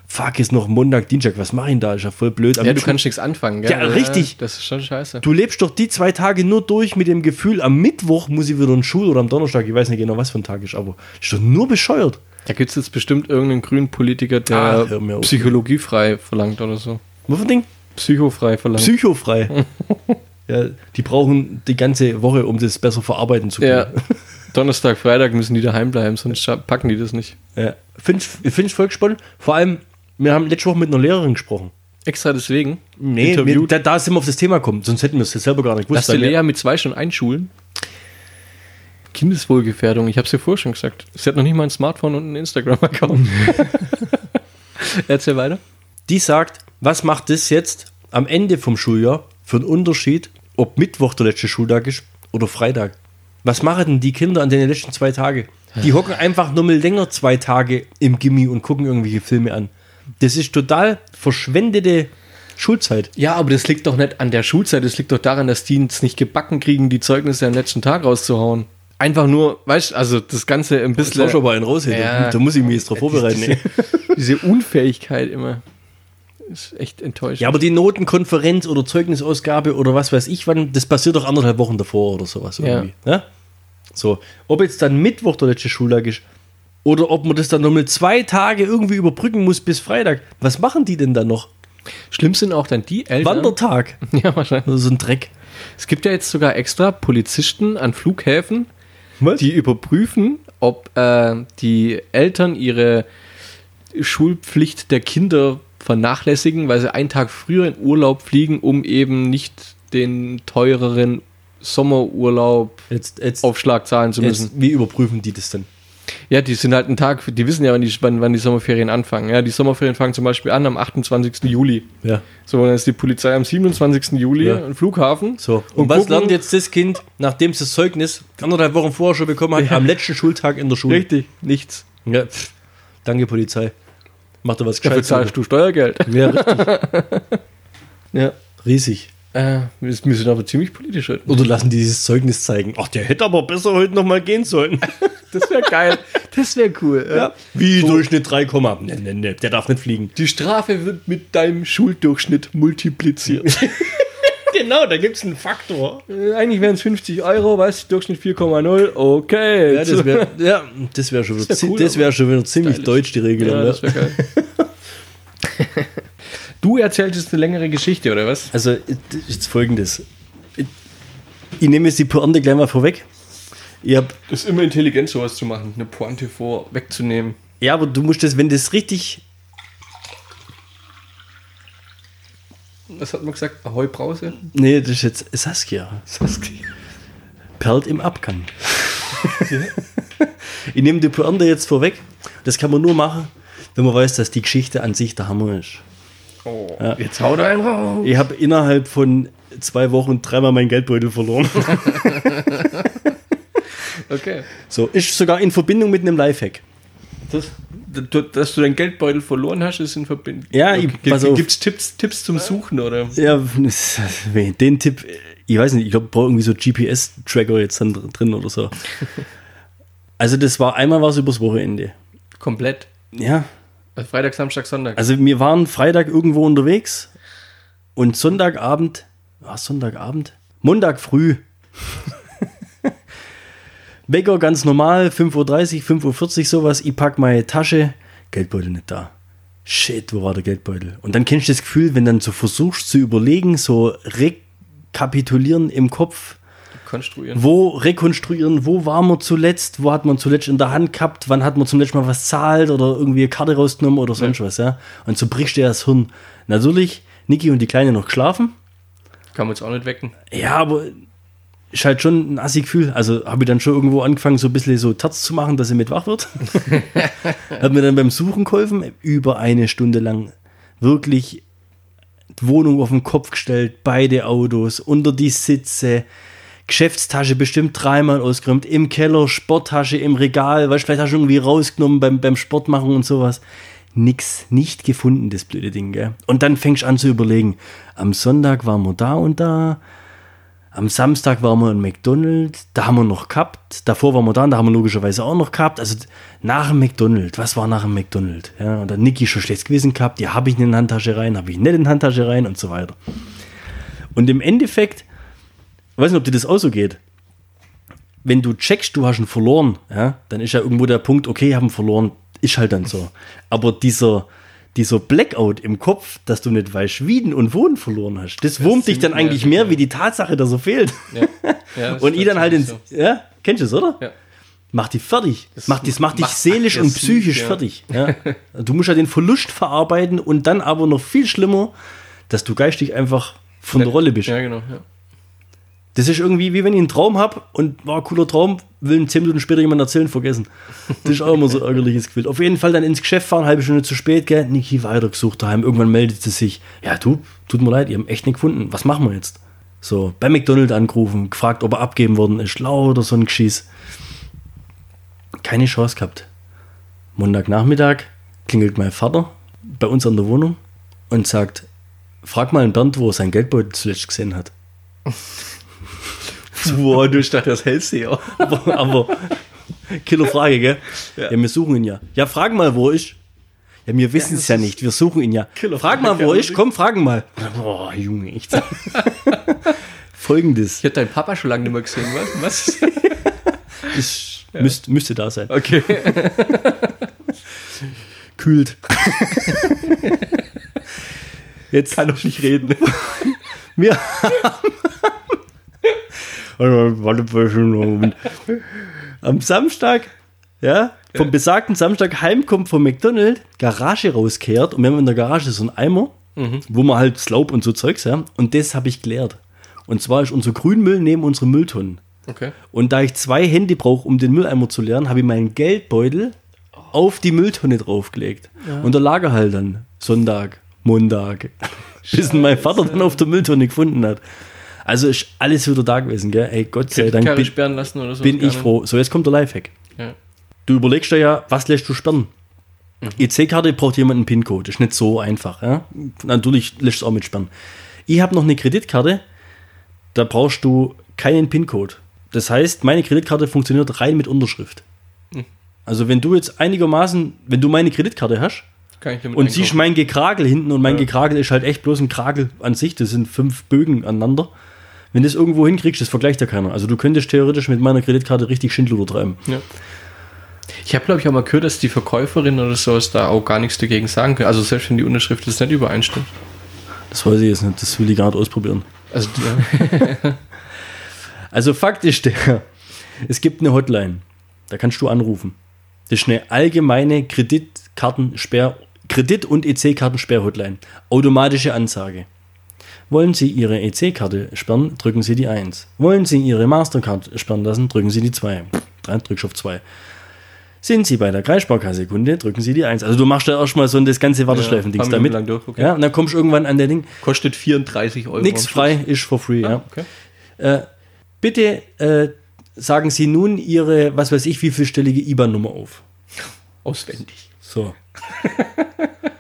fuck, ist noch Montag, Dienstag, was mach ich denn da? Ist ja voll blöd. Am ja, du liebsten- kannst nichts anfangen, gell? Ja, richtig. Das ist schon scheiße. du lebst doch die zwei Tage nur durch mit dem Gefühl, am Mittwoch muss ich wieder in die Schule oder am Donnerstag, ich weiß nicht genau, was für ein Tag ist, aber ist doch nur bescheuert. Da gibt es jetzt bestimmt irgendeinen grünen Politiker, der Ah, hör mir auf. psychologiefrei verlangt oder so. Was für ein Ding? Psychofrei verlangt. Psychofrei. ja, die brauchen die ganze Woche, um das besser verarbeiten zu können. ja. Donnerstag, Freitag müssen die daheim bleiben, sonst scha- packen die das nicht. Ja, finde ich find voll spannend. Vor allem, wir haben letzte Woche mit einer Lehrerin gesprochen. Extra deswegen. wir, interviewt. da, da sind wir auf das Thema gekommen, sonst hätten wir es jetzt selber gar nicht Lass gewusst. die weil wir- Lea mit zwei schon einschulen. Kindeswohlgefährdung, ich habe es ja vorher schon gesagt. Sie hat noch nicht mal ein Smartphone und einen Instagram-Account. Erzähl weiter. Die sagt, was macht das jetzt am Ende vom Schuljahr für einen Unterschied, ob Mittwoch der letzte Schultag ist oder Freitag? Was machen denn die Kinder an den letzten zwei Tagen? Die hocken einfach nur mal länger zwei Tage im Gimmi und gucken irgendwelche Filme an. Das ist total verschwendete Schulzeit. Ja, aber das liegt doch nicht an der Schulzeit, das liegt doch daran, dass die es nicht gebacken kriegen, die Zeugnisse am letzten Tag rauszuhauen. Einfach nur, weißt du, also das Oh, Ganze ein bisschen. mal einen raus, Ja. da muss ich mich jetzt drauf vorbereiten. ey. Diese, diese Unfähigkeit immer. Ist echt enttäuschend. Ja, aber die Notenkonferenz oder Zeugnisausgabe oder was weiß ich wann, das passiert doch anderthalb Wochen davor oder sowas irgendwie. Ne? So, ob jetzt dann Mittwoch der letzte Schultag ist oder ob man das dann nochmal zwei Tage irgendwie überbrücken muss bis Freitag. Was machen die denn dann noch? Schlimm sind auch dann die Eltern. Wandertag. Ja, wahrscheinlich. Also so ein Dreck. Es gibt ja jetzt sogar extra Polizisten an Flughäfen, Was? die überprüfen, ob äh, die Eltern ihre Schulpflicht der Kinder vernachlässigen, weil sie einen Tag früher in Urlaub fliegen, um eben nicht den teureren Sommerurlaub Jetzt, jetzt, Aufschlag zahlen zu müssen. jetzt, wie überprüfen die das denn? Ja, die sind halt einen Tag, die wissen ja, wann die, wann, wann die Sommerferien anfangen. Ja, die Sommerferien fangen zum Beispiel an am 28. Juli. Ja. So, dann ist die Polizei am 27. Juli Ja. am Flughafen. So. Und, Und, was gucken, lernt jetzt das Kind, nachdem es das Zeugnis anderthalb Wochen vorher schon bekommen hat, am letzten Schultag in der Schule? Richtig, nichts. Ja, pff. Danke, Polizei. Macht doch was Dafür zahlst du Steuergeld. Ja, richtig. Ja. Riesig. Äh, wir wir sind aber ziemlich politisch heute. Oder lassen die dieses Zeugnis zeigen. Ach, der hätte aber besser heute noch mal gehen sollen. Das wäre geil. Das wäre cool. Ja. Wie Durchschnitt 3, Komma. nee, nee, nee, der darf nicht fliegen. Die Strafe wird mit deinem Schuldurchschnitt multipliziert. Genau, da gibt es einen Faktor. Äh, Eigentlich wären es 50 Euro, weißt du, Durchschnitt 4,0. Okay. Ja, das wäre ja, das wär schon, wieder wär zi- cool, das wär schon wieder ziemlich Stylisch. deutsch, die Regelung. Ja, ne? das wäre geil. du erzähltest eine längere Geschichte, oder was? Also, jetzt folgendes. Ich nehme jetzt die Pointe gleich mal vorweg. Ich hab, Ist immer intelligent, sowas zu machen, eine Pointe vor wegzunehmen. ja, aber du musst das, wenn das richtig. Was hat man gesagt? Ahoi Brause? Nee, das ist jetzt Saskia. Saskia. Perlt im Abgang. ich nehme die Pointe jetzt vorweg. Das kann man nur machen, wenn man weiß, dass die Geschichte an sich der Hammer ist. Oh, Ja. jetzt haut er einen raus. Ich habe innerhalb von zwei Wochen dreimal meinen Geldbeutel verloren. Okay. So, ist sogar in Verbindung mit einem Lifehack. Das, d- dass du deinen Geldbeutel verloren hast, ist in Verbindung. Ja, okay. ich- pass auf. Gibt es Tipps, Tipps zum Suchen, oder? Ja, den Tipp, ich weiß nicht, ich glaube, brauche irgendwie so GPS-Tracker jetzt dann dr- drin oder so. Also das war einmal was übers Wochenende. Komplett. Ja, Also Freitag, Samstag, Sonntag. also wir waren Freitag irgendwo unterwegs und Sonntagabend, war es Sonntagabend? Montag früh. Wecker ganz normal, 5.30 Uhr, 5.40 Uhr sowas, ich pack meine Tasche, Geldbeutel nicht da. Shit, wo war der Geldbeutel? Und dann kennst du das Gefühl, wenn dann so versuchst zu überlegen, so rekapitulieren im Kopf, Also- Konstruieren. wo rekonstruieren, wo war man zuletzt, wo hat man zuletzt in der Hand gehabt, wann hat man zum letzten Mal was zahlt oder irgendwie eine Karte rausgenommen oder sonst was, ja. Und so bricht dir das Hirn. Natürlich, Niki und die Kleine noch geschlafen. Kann man jetzt auch nicht wecken. Ja, aber ist halt schon ein assi Gefühl. Also habe ich dann schon irgendwo angefangen, so ein bisschen so Terz zu machen, dass sie mit wach wird. Hat mir dann beim Suchen geholfen, über eine Stunde lang wirklich die Wohnung auf den Kopf gestellt, beide Autos, unter die Sitze, Geschäftstasche bestimmt dreimal ausgeräumt, im Keller, Sporttasche im Regal, weißt du, vielleicht hast du irgendwie rausgenommen beim, beim Sport machen und sowas. Nix, nicht gefunden, das blöde Ding, gell? Und dann fängst du an zu überlegen, am Sonntag waren wir da und da, am Samstag waren wir in McDonald's, da haben wir noch gehabt. Davor waren wir da, und da haben wir logischerweise auch noch gehabt. Also nach dem McDonald's, was war nach dem McDonald's? Ja, und dann Niki schon schlecht gewesen gehabt, ja, habe ich in die Handtasche rein, habe ich nicht in die Handtasche rein und so weiter. Und im Endeffekt, ich weiß nicht, ob dir das auch so geht. Wenn du checkst, du hast ihn verloren, ja, dann ist ja irgendwo der Punkt, okay, ich habe ihn verloren, ist halt dann so. Aber dieser, dieser Blackout im Kopf, dass du nicht weißt, wie denn und wo ihn verloren hast, das wurmt dich dann ziemlich eigentlich nervig, mehr ja. wie die Tatsache, dass er fehlt. Ja. Ja, das Und ist ich dann halt ins. tatsächlich Ja, kennst du es, oder? Ja. Mach dich fertig. Das mach, das macht dich macht seelisch und aggressiv, psychisch ja. fertig. Ja. Du musst ja den Verlust verarbeiten und dann aber noch viel schlimmer, dass du geistig einfach von der Rolle bist. Ja, genau. Ja. Das ist irgendwie wie wenn ich einen Traum habe und war ein cooler Traum, will ihn zehn Minuten später jemand erzählen, vergessen. Das ist auch immer so ein ärgerliches Gefühl. Auf jeden Fall dann ins Geschäft fahren, halbe Stunde zu spät, gell? Niki weitergesucht daheim. Irgendwann meldet sie sich. Ja, du, tut mir leid, ihr habt echt nicht gefunden. Was machen wir jetzt? So, bei McDonald's angerufen, gefragt, ob er abgeben worden ist, schlau oder so ein Geschiss. Keine Chance gehabt. Montagnachmittag klingelt mein Vater bei uns an der Wohnung und sagt, frag mal einen Bernd, wo er sein Geldbeutel zuletzt gesehen hat. Boah, du statt das Hellsee auch. aber, aber Kilo Frage, gell? Ja. wir suchen ihn ja. Ja, fragen mal, wo ich. Ja, wir wissen es ja, nicht. Wir suchen ihn ja. Killer Frag Frage, mal, wo ja, ich. Komm, fragen mal. Boah, Junge, echt. Folgendes. Ich hab deinen Papa schon lange nicht mehr gesehen, was? Was? Ich müsst, müsste da sein. Okay. Kühlt. Jetzt Kann doch nicht reden. Wir haben. Warte, warte, Moment. Am Samstag, ja, vom besagten Samstag heimkommt von McDonald's, Garage rauskehrt und wir haben in der Garage so einen Eimer, wo man halt das Laub und so Zeugs, ja, und das habe ich geleert. Und zwar ist unser Grünmüll neben unseren Mülltonnen. Okay. Und da ich zwei Hände brauche, um den Mülleimer zu leeren, habe ich meinen Geldbeutel auf die Mülltonne draufgelegt. Und da lag er halt dann Sonntag, Montag, bis ihn mein Vater dann auf der Mülltonne gefunden hat. Also ist alles wieder da gewesen, gell? Ey, Gott sei Dank Karre bin, sperren lassen oder so. bin ich froh. So, jetzt kommt der Lifehack. Ja. Du überlegst dir ja, was lässt du sperren? EC-Karte braucht jemand einen PIN-Code. Ist nicht so einfach. Ja? Natürlich lässt du es auch mit sperren. ich habe noch eine Kreditkarte, da brauchst du keinen PIN-Code. Das heißt, meine Kreditkarte funktioniert rein mit Unterschrift. Also wenn du jetzt einigermaßen, wenn du meine Kreditkarte hast Kann ich damit und einkaufen. siehst mein Gekrakel hinten und mein Gekrakel ist halt echt bloß ein Krakel an sich, das sind fünf Bögen aneinander. Wenn du das irgendwo hinkriegst, das vergleicht ja keiner. Also du könntest theoretisch mit meiner Kreditkarte richtig Schindluder treiben. Ich habe, glaube ich, auch mal gehört, dass die Verkäuferin oder sowas da auch gar nichts dagegen sagen können. Also selbst wenn die Unterschrift jetzt nicht übereinstimmt. Das weiß ich jetzt nicht, das will ich gar nicht ausprobieren. Also die, Also Fakt ist der, es gibt eine Hotline, da kannst du anrufen. Das ist eine allgemeine Kreditkartensperr, Kredit- und EC-Kartensperr-Hotline. Automatische Ansage. Wollen Sie Ihre EC-Karte sperren, drücken Sie die 1. Wollen Sie Ihre Mastercard sperren lassen, drücken Sie die 2. Dann drückst du auf 2. Sind Sie bei der Kreissparkasse Kunde, drücken Sie die 1. Also du machst da erstmal so ein das ganze Warteschleifen-Dings paar damit. Minuten lang durch, okay. Ja, und dann kommst du irgendwann an der Ding. kostet 34 Euro. Nix frei, ist for free, ja. Okay. Bitte äh, sagen Sie nun Ihre, was weiß ich, wie vielstellige IBAN-Nummer auf. Auswendig. So.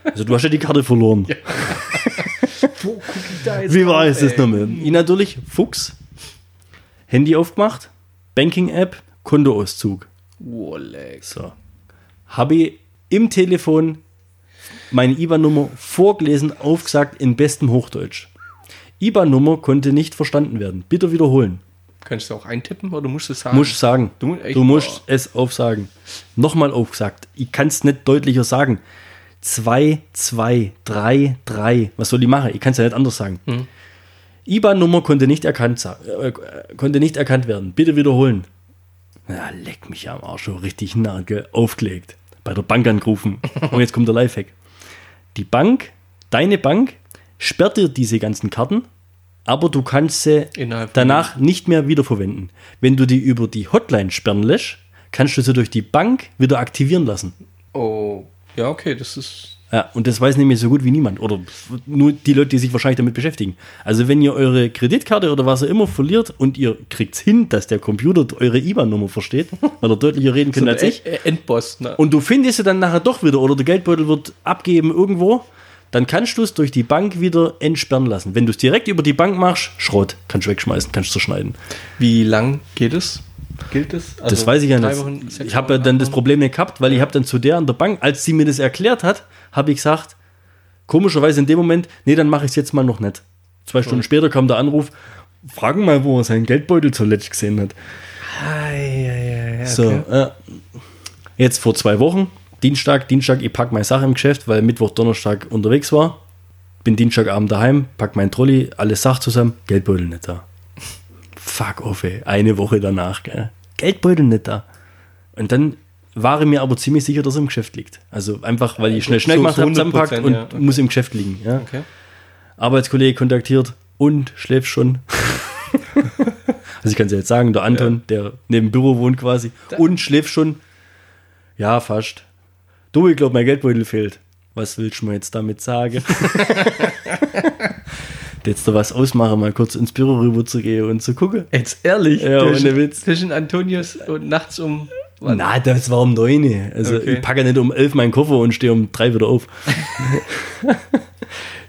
Also du hast ja die Karte verloren. Wo guck ich da jetzt Wie war es ey? das nochmal? Ich natürlich, Fuchs, Handy aufgemacht, Banking-App, Kontoauszug. Wallex. So. Habe ich im Telefon meine IBAN-Nummer vorgelesen, aufgesagt in bestem Hochdeutsch. IBAN-Nummer konnte nicht verstanden werden. Bitte wiederholen. Kannst du auch eintippen oder musst du sagen? Musst sagen. Du Du, musst echt- musst boah. es aufsagen. Nochmal aufgesagt. Ich kann es nicht deutlicher sagen. 2, 2, 3, 3. Was soll ich machen? Ich kann es ja nicht anders sagen. Mhm. IBAN-Nummer konnte nicht erkannt sa- äh, äh, konnte nicht erkannt werden. Bitte wiederholen. Na, leck mich am Arsch so richtig nah, gell? aufgelegt. Bei der Bank angerufen. Und jetzt kommt der Lifehack. Die Bank, deine Bank, sperrt dir diese ganzen Karten, aber du kannst sie Innerhalb von danach nicht mehr wiederverwenden. Wenn du die über die Hotline sperren lässt, kannst du sie durch die Bank wieder aktivieren lassen. Oh. Ja, okay, das ist. Ja, und das weiß nämlich so gut wie niemand. Oder nur die Leute, die sich wahrscheinlich damit beschäftigen. Also wenn ihr eure Kreditkarte oder was auch immer verliert und ihr kriegt hin, dass der Computer eure IBAN-Nummer versteht, weil er deutlicher reden kann als ich, E- Endboss, ne? und du findest sie dann nachher doch wieder oder der Geldbeutel wird abgeben irgendwo, dann kannst du es durch die Bank wieder entsperren lassen. Wenn du es direkt über die Bank machst, Schrott, kannst du wegschmeißen, kannst du zerschneiden. Wie lang geht es? Gilt es? Also Das weiß ich ja drei nicht. Wochen, sechs ich habe ja Wochen, dann acht das Wochen? Problem nicht gehabt, weil ich habe dann zu der an der Bank, als sie mir das erklärt hat, habe ich gesagt, komischerweise in dem Moment, nee, dann mache ich es jetzt mal noch nicht. Zwei Stunden später kam der Anruf, fragen mal, wo er seinen Geldbeutel zuletzt gesehen hat. So, äh, jetzt vor zwei Wochen, Dienstag, Dienstag, ich packe meine Sache im Geschäft, weil Mittwoch, Donnerstag unterwegs war. Bin Dienstagabend daheim, pack meinen Trolley, alle Sachen zusammen, Geldbeutel nicht da. Fuck off, ey. Eine Woche danach, gell? Geldbeutel nicht da. Und dann war ich mir aber ziemlich sicher, dass er im Geschäft liegt. Also einfach, weil ich schnell, schnell so- gemacht so habe, zusammenpackt 100%, und ja, okay. muss im Geschäft liegen. Ja. Okay. Arbeitskollege kontaktiert und schläft schon. also ich kann es ja jetzt sagen, der Anton, der neben dem Büro wohnt quasi, und schläft schon. Ja, fast. Du, ich glaube, mein Geldbeutel fehlt. Was willst du mir jetzt damit sagen? jetzt da was ausmachen, mal kurz ins Büro rüber zu gehen und zu gucken. Jetzt ehrlich? Ja, zwischen, ohne Witz. Zwischen Antonius und nachts um. Na, das war um 9. Also Okay. ich packe nicht um 11 meinen Koffer und stehe um 3 wieder auf.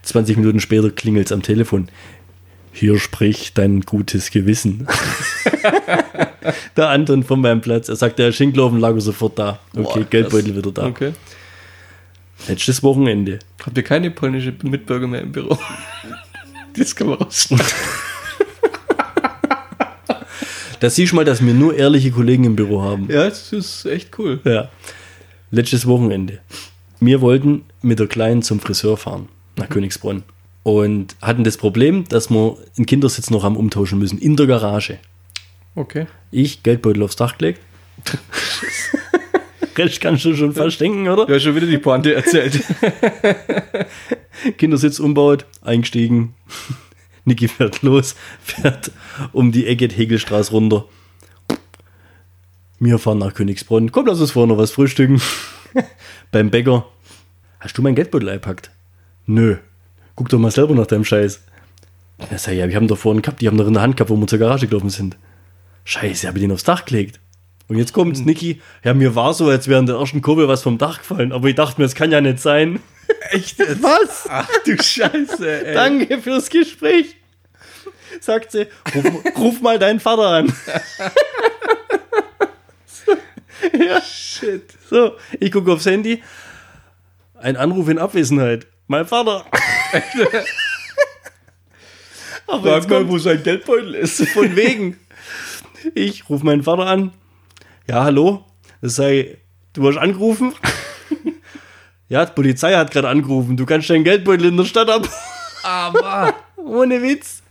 20 Minuten später klingelt es am Telefon. Hier spricht dein gutes Gewissen. der Anton von meinem Platz. Er sagt, der Schinklofen lag sofort da. Okay, Boah, Geldbeutel krass. wieder da. Okay. Letztes Wochenende. Habt ihr keine polnische Mitbürger mehr im Büro? das kann man rausschneiden. Da siehst du mal, dass wir nur ehrliche Kollegen im Büro haben. Ja, das ist echt cool. Ja. Letztes Wochenende. Wir wollten mit der Kleinen zum Friseur fahren, nach Königsbronn. Und hatten das Problem, dass wir einen Kindersitz noch haben umtauschen müssen, in der Garage. Okay. Ich, Geldbeutel aufs Dach gelegt. Rest kannst du schon fast denken, oder? Du hast schon wieder die Pointe erzählt. Kindersitz umbaut, eingestiegen. Niki fährt los, fährt um die Ecke die Hegelstraße runter. Wir fahren nach Königsbronn. Komm, lass uns vorher noch was frühstücken. Beim Bäcker. Hast du meinen Geldbeutel eingepackt? Nö. Guck doch mal selber nach deinem Scheiß. Er sagt, ja, wir haben doch vorhin gehabt, die haben doch in der Hand gehabt, wo wir zur Garage gelaufen sind. Scheiße, hab ich den aufs Dach gelegt. Und jetzt kommt's, Niki. Ja, mir war so, als wäre in der ersten Kurbel was vom Dach gefallen, aber ich dachte mir, es kann ja nicht sein. Echt jetzt? Was? Ach du Scheiße, ey. Danke fürs Gespräch. Sagt sie, ruf, ruf mal deinen Vater an. ja. Shit. So, ich gucke aufs Handy. Ein Anruf in Abwesenheit. Mein Vater. Aber Frag jetzt mal, kommt- wo sein Geldbeutel ist. Von wegen. Ich rufe meinen Vater an. Ja, hallo. Das sei, du hast angerufen. Ja, die Polizei hat gerade angerufen. Du kannst deinen Geldbeutel in der Stadt ab. Aber. Ohne Witz.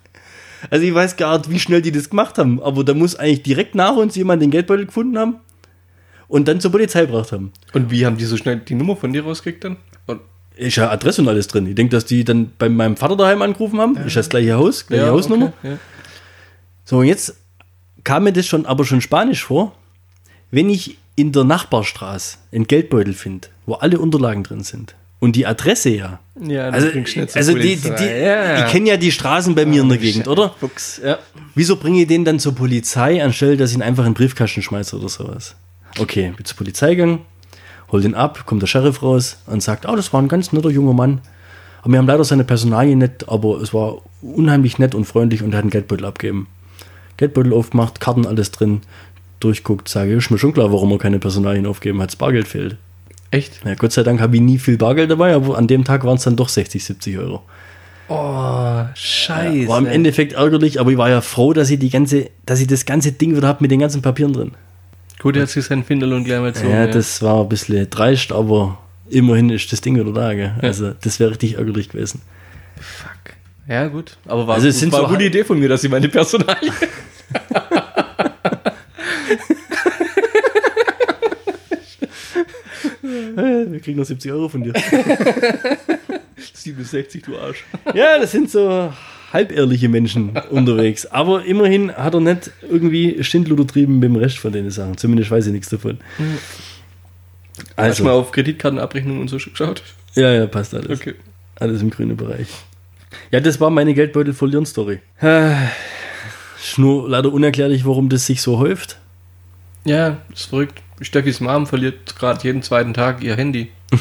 Also ich weiß gar nicht, wie schnell die das gemacht haben. Aber da muss eigentlich direkt nach uns jemand den Geldbeutel gefunden haben und dann zur Polizei gebracht haben. Und wie haben die so schnell die Nummer von dir rausgekriegt dann? Und Ist ja Adresse und alles drin. Ich denke, dass die dann bei meinem Vater daheim angerufen haben. Ist das gleiche Haus, gleiche Hausnummer. okay, ja. So, und jetzt kam mir das schon aber schon spanisch vor, wenn ich in der Nachbarstraße einen Geldbeutel finde, wo alle Unterlagen drin sind. Und die Adresse ja. Ja, das also, bringt schnell zur also die, die, die, Polizei. Ja, ja. die kennen ja die Straßen bei mir in der Gegend, oder? Fuchs, ja. Wieso bringe ich den dann zur Polizei, anstelle, dass ich ihn einfach in den Briefkasten schmeiße oder sowas? Okay, bin zur Polizei gegangen, hol den ab, kommt der Sheriff raus und sagt, oh, das war ein ganz netter junger Mann. Aber wir haben leider seine Personalien nicht, aber es war unheimlich nett und freundlich und er hat einen Geldbeutel abgegeben. Geldbeutel aufgemacht, Karten alles drin, durchguckt, sage, ist mir schon klar, warum er keine Personalien aufgeben hat, das Bargeld fehlt. Echt? Ja, Gott sei Dank habe ich nie viel Bargeld dabei, aber an dem Tag waren es dann doch 60, 70 Euro. Oh, scheiße. War im Endeffekt ärgerlich, aber ich war ja froh, dass ich, die ganze, dass ich das ganze Ding wieder habe mit den ganzen Papieren drin. Gut, er hat sich seinen Findel und gleich mal zu. ja, das war ein bisschen dreist, aber immerhin ist das Ding wieder da. Gell? Also, das wäre richtig ärgerlich gewesen. Fuck. Ja, gut. Aber war, Also es sind war so eine gute Hal- Idee von mir, dass sie meine Personalien. Äh, Wir kriegen noch 70 Euro von dir. 67, du Arsch. ja, das sind so halbehrliche Menschen unterwegs. Aber immerhin hat er nicht irgendwie Schindluder trieben mit dem Rest von den Sachen. Zumindest weiß ich nichts davon. Hast du Also, mal auf Kreditkartenabrechnung und so geschaut? ja, ja, passt alles. Okay. Alles im grünen Bereich. Ja, das war meine Geldbeutel-Verlieren-Story. Äh, Ist nur leider unerklärlich, warum das sich so häuft. Ja, ist verrückt. Steffis Mom verliert gerade jeden zweiten Tag ihr Handy. Und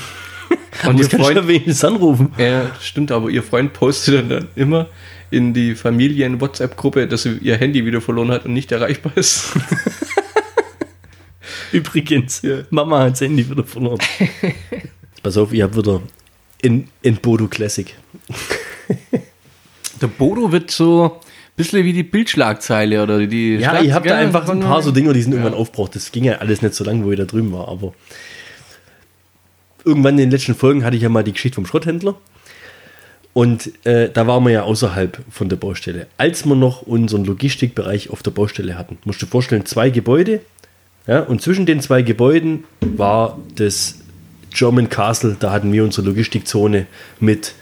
Und ihr das kannst du Freund, ja wenigstens anrufen. ja, stimmt, aber ihr Freund postet dann, dann immer in die Familien-WhatsApp-Gruppe, dass sie ihr Handy wieder verloren hat und nicht erreichbar ist. Übrigens, Ja. Mama hat das Handy wieder verloren. Jetzt Pass auf, ich habe wieder in, in Bodo Classic. Der Bodo wird so ein bisschen wie die Bildschlagzeile oder die. Ja, ich habe da einfach ein paar so Dinger, die sind irgendwann aufgebraucht. Das ging ja alles nicht so lange, wo ich da drüben war, aber irgendwann in den letzten Folgen hatte ich ja mal die Geschichte vom Schrotthändler. Und äh, da waren wir ja außerhalb von der Baustelle. Als wir noch unseren Logistikbereich auf der Baustelle hatten, musst du dir vorstellen, zwei Gebäude. Ja, und zwischen den zwei Gebäuden war das German Castle. Da hatten wir unsere Logistikzone mit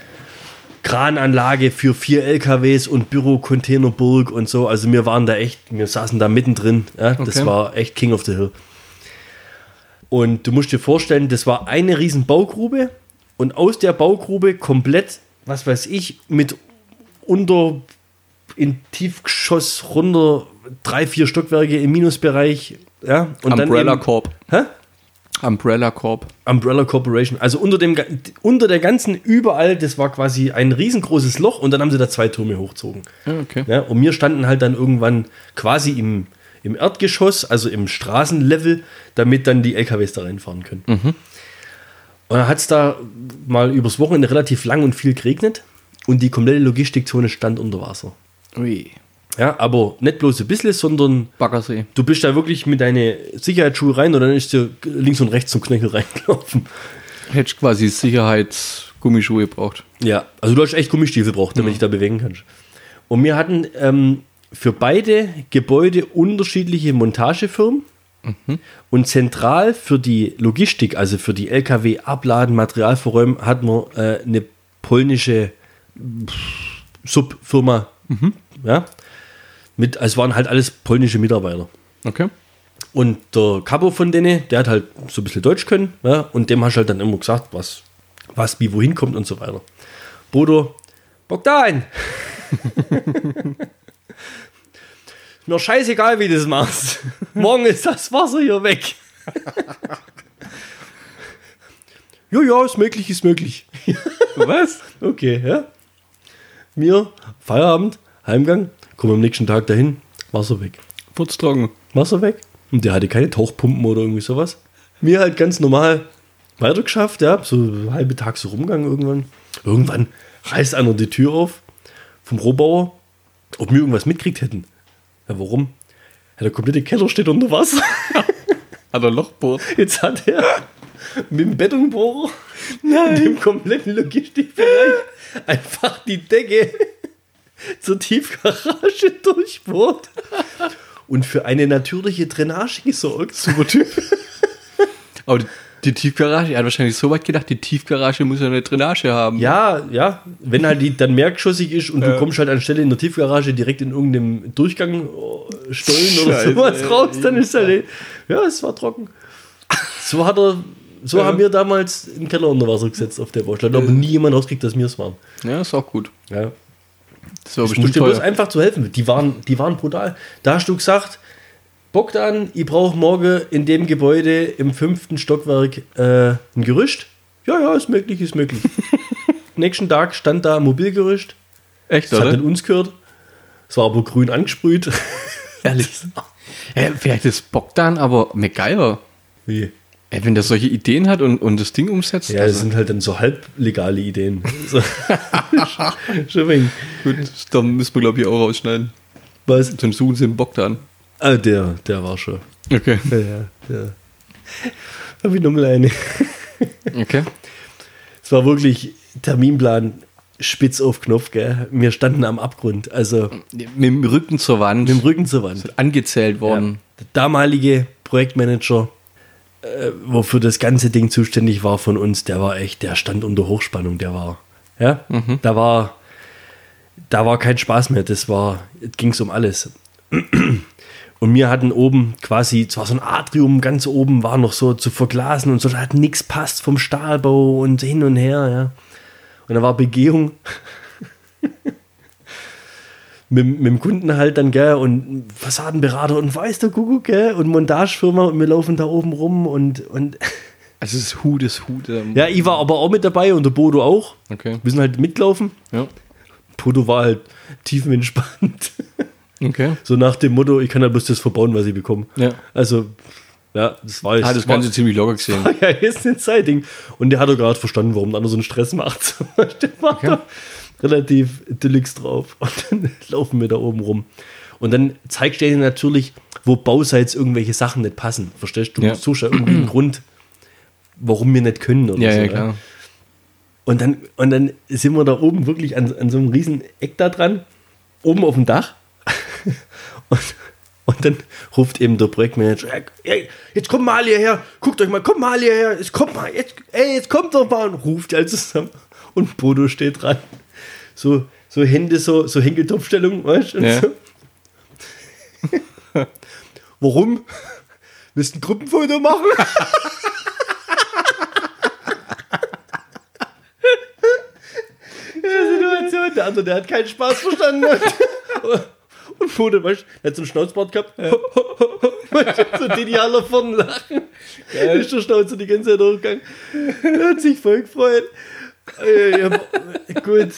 Krananlage für vier LKWs und Bürocontainerburg und so. Also wir waren da echt, wir saßen da mittendrin. Ja, Das Okay. war echt King of the Hill. Und du musst dir vorstellen, das war eine riesen Baugrube und aus der Baugrube komplett, was weiß ich, mit unter in Tiefgeschoss runter drei, vier Stockwerke im Minusbereich. Ja, und Umbrella dann eben, Corp. Hä? Umbrella Corp. Umbrella Corporation. Also unter, dem, ga- unter der ganzen, überall, das war quasi ein riesengroßes Loch und dann haben sie da zwei Türme hochgezogen. Ja, Ah, okay. Ja, und wir standen halt dann irgendwann quasi im, im Erdgeschoss, also im Straßenlevel, damit dann die LKWs da reinfahren können. Mhm. Und dann hat es da mal übers Wochenende relativ lang und viel geregnet und die komplette Logistikzone stand unter Wasser. Ui. Ja, aber nicht bloß ein bisschen, sondern Baggersee. du bist da wirklich mit deinen Sicherheitsschuhe rein und dann ist dir links und rechts zum Knöchel reingelaufen. Hätte ich quasi Sicherheitsgummischuhe gebraucht. Ja, Mhm. also du hast echt Gummistiefel braucht, damit ich da bewegen kannst. Und wir hatten ähm, für beide Gebäude unterschiedliche Montagefirmen. Und zentral für die Logistik, also für die LKW abladen, Material verräumen, hatten wir äh, eine polnische pff, Subfirma. Ja? Mit, also es waren halt alles polnische Mitarbeiter. Okay. Und der Kapo von denen, der hat halt so ein bisschen Deutsch können. Ja, und dem hast du halt dann immer gesagt, was, was wie wohin kommt und so weiter. Bodo, Bogdan! Mir scheißegal, wie du das machst. Morgen ist das Wasser hier weg. Ja, ja, ist möglich, ist möglich. Was? Okay, ja. Mir, Feierabend, Heimgang, komme am nächsten Tag dahin, Wasser weg. Putztrocken. Wasser weg. Und der hatte keine Tauchpumpen oder irgendwie sowas. Mir halt ganz normal weitergeschafft, ja, so halbe Tag so rumgegangen irgendwann. Irgendwann reißt einer die Tür auf vom Rohbauer, ob wir irgendwas mitkriegt hätten. Ja, warum? Ja, der komplette Keller steht unter Wasser. Hat er Loch bohrt. Jetzt hat er mit dem Betonbohrer und dem kompletten Logistikbereich einfach die Decke zur Tiefgarage durchbohrt und für eine natürliche Drainage gesorgt. Super Typ. Aber die, die Tiefgarage, er hat wahrscheinlich so weit gedacht, die Tiefgarage muss ja eine Drainage haben. Ja, ja, wenn halt die dann merkschussig ist und du kommst halt anstelle in der Tiefgarage direkt in irgendeinem Durchgang äh, Stollen oder Scheiße, sowas ey. raus, dann ist halt, ja, es war trocken. So hat er, so Ja. haben wir damals im Keller unter Wasser gesetzt auf der Baustelle, aber nie jemand rauskriegt, dass wir es waren. Ja, ist auch gut. Ja. Das war Ich muss bestimmt dir bloß teuer. einfach zu helfen. Die waren, die waren brutal. Da hast du gesagt, Bogdan, ich brauche morgen in dem Gebäude im fünften Stockwerk äh, ein Gerüst. Ja, ja, ist möglich, ist möglich. Nächsten Tag stand da ein Mobilgerüst. Echt, Das hat nicht oder? uns gehört. Es war aber grün angesprüht. Ehrlich. Äh, vielleicht ist Bogdan aber MacGyver. Wie? Ey, wenn der solche Ideen hat und, und das Ding umsetzt. also Ja, das sind halt dann so halblegale Ideen. So. Schon wegen. gut, da müssen wir, glaube ich, auch rausschneiden. Was? Dann suchen sie den Bogdan. Ah, der, der war schon. Okay. Ja, ja, der. Hab ich nochmal eine. Okay. Es war wirklich Terminplan spitz auf Knopf, gell? Wir standen am Abgrund, also Mit dem Rücken zur Wand. im Rücken zur Wand. angezählt worden. Der damalige Projektmanager, äh, wofür das ganze Ding zuständig war von uns, der war echt, der stand unter Hochspannung, der war. Ja, da war, da war kein Spaß mehr, das war, ging es um alles. Und wir hatten oben quasi, zwar so ein Atrium ganz oben, war noch so zu verglasen und so, da hat nichts passt vom Stahlbau und hin und her, ja. Und da war Begehung mit, mit dem Kunden halt dann, gell, und Fassadenberater und weiß der Kuckuck, gell, und Montagefirma und wir laufen da oben rum und, und Also es ist Hu des Hu. der- ja, ich war aber auch mit dabei und der Bodo auch. Okay. Wir sind halt mitlaufen. Ja. Bodo war halt tiefenentspannt. Okay. So nach dem Motto, ich kann halt bloß das verbauen, was ich bekomme. Ja. Also, ja, das war ich. Hat das Ganze ziemlich locker gesehen. ja, ist ein Zeiting. Und der hat doch gerade verstanden, warum der andere so einen Stress macht. der war da relativ deluxe drauf. Und dann laufen wir da oben rum. Und dann zeigt er dir natürlich, wo bauseits irgendwelche Sachen nicht passen. Verstehst du? Du Ja. suchst ja irgendwie einen Grund, warum wir nicht können oder Ja, so. ja, ne? klar. Und dann, und dann sind wir da oben wirklich an, an so einem riesen Eck da dran, oben auf dem Dach. Und, und dann ruft eben der Projektmanager, "Ey, ey, jetzt kommt mal alle hierher, guckt euch mal, kommt mal alle hierher, jetzt kommt mal, jetzt, ey, jetzt kommt doch mal und ruft alle zusammen. Und Bodo steht dran. So, so Hände, so, so Henkeltopfstellung, weißt du? und Ja. So. Warum? Willst du ein Gruppenfoto machen? Situation. Der andere, der hat keinen Spaß verstanden. Und Bodo, weißt du, der hat so ein Schnauzbart gehabt. Weißt du, so genial nach vorne lachen. Da ist der Schnauze die ganze Zeit hochgegangen. Der hat sich voll gefreut. Äh, Ich hab, gut.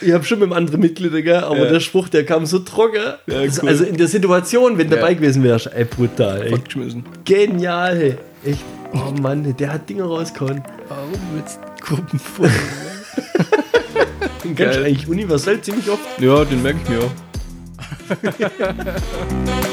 Ich habe schon mit einem anderen Mitglied, gell? aber der Spruch, der kam so trocken. Also- Also in der Situation, wenn du dabei gewesen wärst, ey, brutal. ne? Ey. Fortgeschmissen. Genial. ey. Echt. Oh Mann, der hat Dinge rausgehauen. Warum jetzt Gruppenfoto? Den kannst du Geil. eigentlich universell ziemlich oft ja, den merke ich mir auch.